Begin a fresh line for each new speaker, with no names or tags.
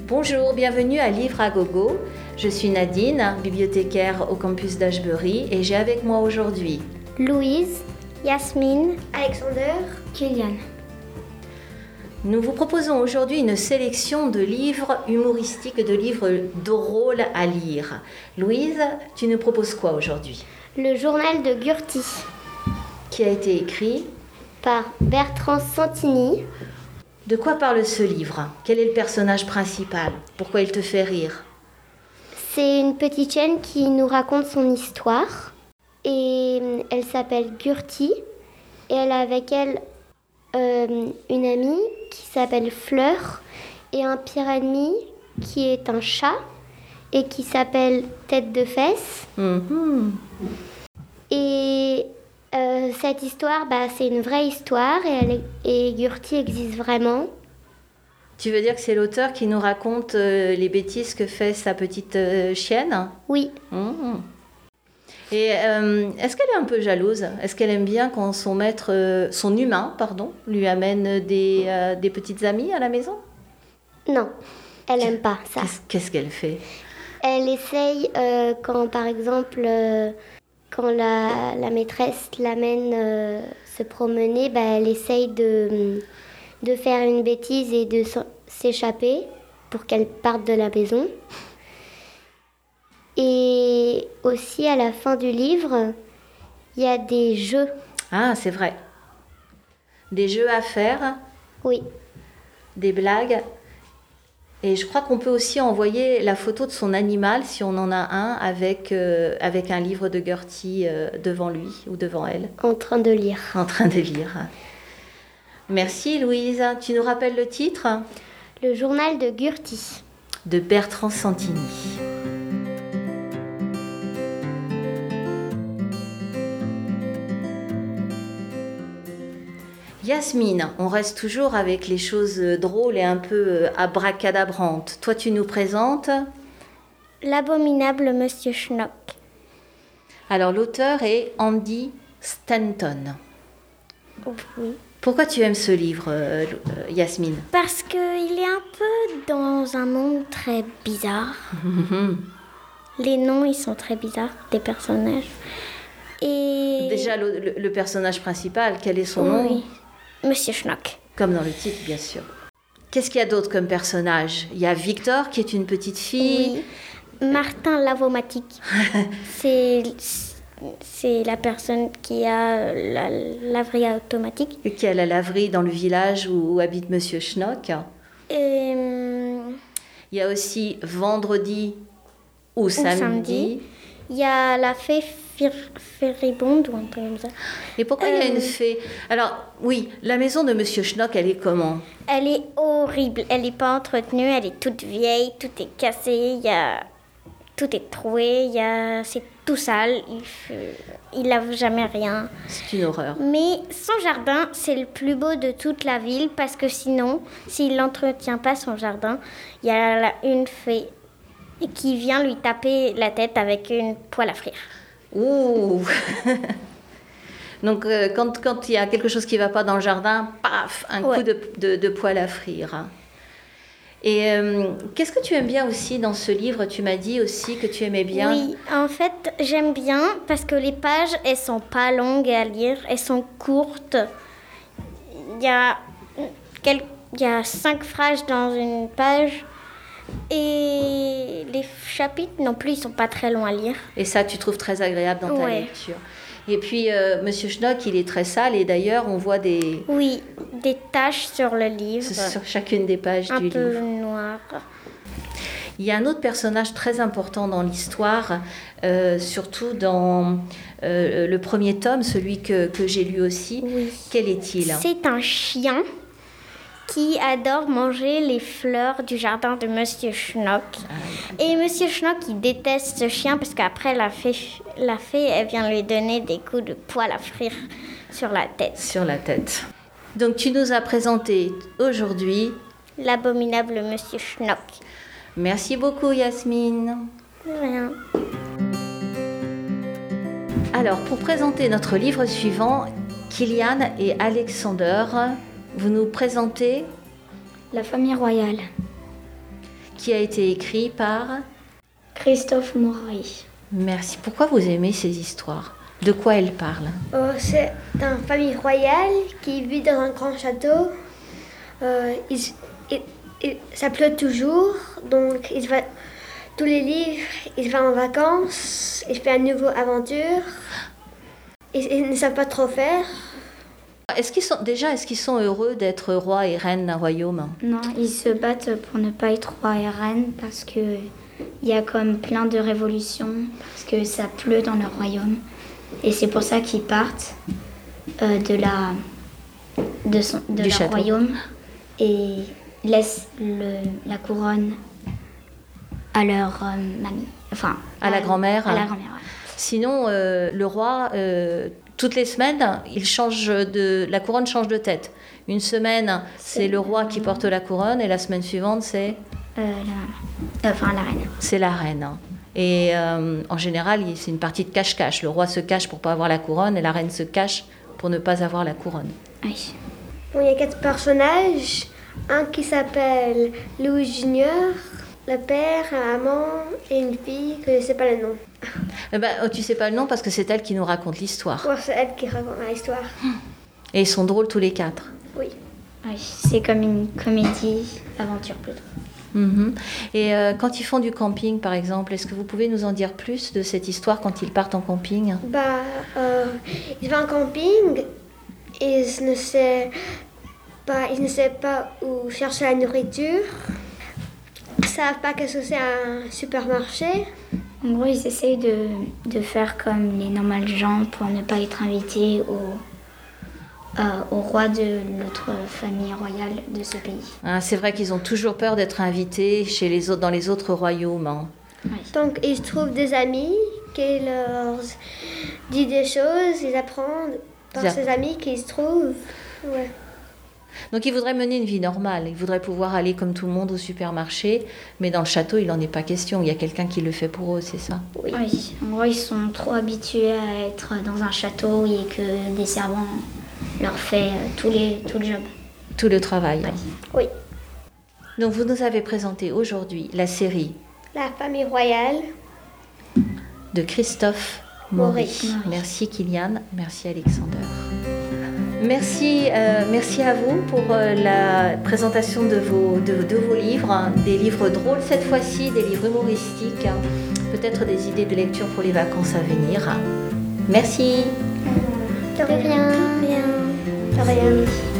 Bonjour, bienvenue à Livre à Gogo. Je suis Nadine, bibliothécaire au campus d'Ashbury et j'ai avec moi aujourd'hui
Louise, Yasmine,
Alexander,
Kylian.
Nous vous proposons aujourd'hui une sélection de livres humoristiques, de livres drôles à lire. Louise, tu nous proposes quoi aujourd'hui
Le journal de Gurti
Qui a été écrit
par Bertrand Santini.
De quoi parle ce livre Quel est le personnage principal Pourquoi il te fait rire
C'est une petite chaîne qui nous raconte son histoire. Et euh, elle s'appelle Gurti. Et elle a avec elle euh, une amie qui s'appelle Fleur. Et un pire ennemi qui est un chat. Et qui s'appelle Tête de Fesse.
Mhm.
Et euh, cette histoire, bah, c'est une vraie histoire. Et, elle est- et Gurti existe vraiment.
Tu veux dire que c'est l'auteur qui nous raconte euh, les bêtises que fait sa petite euh, chienne
Oui,
Mhm. Et euh, est-ce qu'elle est un peu jalouse Est-ce qu'elle aime bien quand son maître, euh, son humain, pardon, lui amène des, euh, des petites amies à la maison
non, elle aime pas ça.
Qu'est-ce- Qu'est-ce qu'elle fait
Elle essaye euh, quand, par exemple, euh, quand la, la maîtresse l'amène euh, se promener, bah, elle essaye de, de faire une bêtise et de s'en- s'échapper pour qu'elle parte de la maison. Et aussi, à la fin du livre, il y a des jeux.
Ah, c'est vrai. Des jeux à faire,
Oui,
des blagues. Et je crois qu'on peut aussi envoyer la photo de son animal, si on en a un, avec, euh, avec un livre de Gertie euh, devant lui ou devant elle,
en train de lire.
en train de lire. Merci Louise. Tu nous rappelles le titre
Le journal de Gurti.
de Bertrand Santini. Yasmine, on reste toujours avec les choses drôles et un peu abracadabrantes. Toi, tu nous présentes.
L'abominable Monsieur Schnock.
Alors, l'auteur est Andy Stanton.
Oui.
Pourquoi tu aimes ce livre, euh, euh, Yasmine
Parce qu'il est un peu dans un monde très bizarre. Les noms, ils sont très bizarres des personnages. Et.
Déjà, le, le- le personnage principal, quel est son nom
Oui. Monsieur Schnock.
Comme dans le titre, bien sûr. Qu'est-ce qu'il y a d'autre comme personnage Il y a Victor, qui est une petite fille.
Martin Lavomatique. c'est. C'est la personne qui a la laverie automatique.
et Qui est à la laverie dans le village où, où habite Monsieur Schnock.
Et. hum,
Il y a aussi vendredi ou, samedi.
samedi. Il y a la fée Fir- Féribonde ou un truc comme ça.
Et pourquoi il y a
Euh.
une fée Alors, oui, la maison de Monsieur Schnock, elle est comment
Elle est horrible, elle n'est pas entretenue, elle est toute vieille, tout est cassé, il y a... tout est troué, il y a... c'est tout sale, il, fait- il lave jamais rien.
C'est une horreur.
Mais son jardin, c'est le plus beau de toute la ville parce que sinon, s'il n'entretient pas son jardin, il y a la- une fée qui vient lui taper la tête avec une poêle à frire.
Ouh Donc, euh, quand, quand il y a quelque chose qui ne va pas dans le jardin, paf, un coup
Ouais.
de, de, de poêle à frire. Et euh, qu'est-ce que tu aimes bien aussi dans ce livre Tu m'as dit aussi que tu aimais bien.
Oui, en fait, j'aime bien parce que les pages, elles sont pas longues à lire, elles sont courtes. Il y a, quel- il y a cinq phrases dans une page et les chapitres non plus, ils sont pas très longs à lire.
Et ça, tu trouves très agréable dans ta
Ouais.
lecture. Et puis, euh, Monsieur Schnock, il est très sale et d'ailleurs, on voit des
Oui, des taches sur le livre,
sur chacune des pages
un
du
peu
livre.
noires.
Il y a un autre personnage très important dans l'histoire, euh, surtout dans euh, le premier tome, celui que, que j'ai lu aussi.
Oui.
Quel est-il
C'est un chien qui adore manger les fleurs du jardin de Monsieur Schnock. Et Monsieur Schnock, il déteste ce chien parce qu'après, la fée, la fée, elle vient lui donner des coups de poil à frire sur la tête.
sur la tête. Donc tu nous as présenté aujourd'hui.
L'abominable Monsieur Schnock.
Merci beaucoup Yasmine.
De rien.
Alors pour présenter notre livre suivant, Kylian et Alexander, vous nous présentez
La famille royale.
qui a été écrit par
Christophe Maury.
Merci. Pourquoi vous aimez ces histoires De quoi elles parlent
Euh,
Oh,
c'est une famille royale qui vit dans un grand château. Euh, ils- ils- ils- ça pleut toujours, donc il va, tous les livres, il va en vacances, il fait un nouveau aventure. Ils, ils ne savent pas trop faire.
Est-ce qu'ils sont déjà est-ce qu'ils sont heureux d'être roi et reine d'un royaume hein,
Non, ils se battent pour ne pas être roi et reine parce que il y a comme plein de révolutions, parce que ça pleut dans leur royaume. Et c'est pour ça qu'ils partent euh, de la de, son, de
Du
leur
château.
royaume et laissent le- la couronne à leur euh, mamie. Enfin,
À la grand-mère. hein.
À la grand-mère. ouais.
Sinon, euh, le roi, euh, toutes les semaines, il change de, la couronne change de tête. Une semaine, c'est le roi qui porte la couronne, et la semaine suivante, c'est
Euh, la maman. Enfin, la reine.
c'est la reine. hein. Et euh, en général, il- c'est une partie de cache-cache. Le roi se cache pour pas avoir la couronne, et la reine se cache pour ne pas avoir la couronne.
Oui.
Bon, il y a quatre personnages. Un qui s'appelle Louis Junior, le père, un amant et une fille que je ne sais pas le nom.
Eh ben, oh, tu sais pas le nom parce que c'est elle qui nous raconte l'histoire.
Bon, c'est elle qui raconte l'histoire.
Et ils sont drôles tous les quatre.
Oui.
Oui, c'est comme une comédie aventure plutôt.
Mhm. Et euh, quand ils font du camping, par exemple, est-ce que vous pouvez nous en dire plus de cette histoire quand ils partent en camping
Bah, euh, il va en camping et il ne sait pas, il ne sait pas où chercher la nourriture. Ils savent pas qu'est-ce que c'est un supermarché.
En gros, ils essayent de, de faire comme les normales gens pour ne pas être invités au, euh, au roi de notre famille royale de ce pays.
Ah, c'est vrai qu'ils ont toujours peur d'être invités chez les autres, dans les autres royaumes. hein.
Donc, ils trouvent des amis qui leur disent des choses, ils apprennent par
Ça.
ces amis qu'ils trouvent. Ouais.
Donc ils voudraient mener une vie normale, ils voudraient pouvoir aller comme tout le monde au supermarché, mais dans le château, il n'en est pas question, il y a quelqu'un qui le fait pour eux, c'est ça
Oui. en gros, ils sont trop habitués à être dans un château et que des servants leur fait euh, tous les, tout le job.
Tout le travail. hein.
Oui.
Donc vous nous avez présenté aujourd'hui la série
La famille royale.
de Christophe Maury. Merci Kylian, merci Alexander. Merci, euh, merci à vous pour euh, la présentation de vos, de, de vos livres, hein. des livres drôles cette fois-ci, des livres humoristiques, hein. peut-être des idées de lecture pour les vacances à venir. Merci.
De rien. De rien. De rien.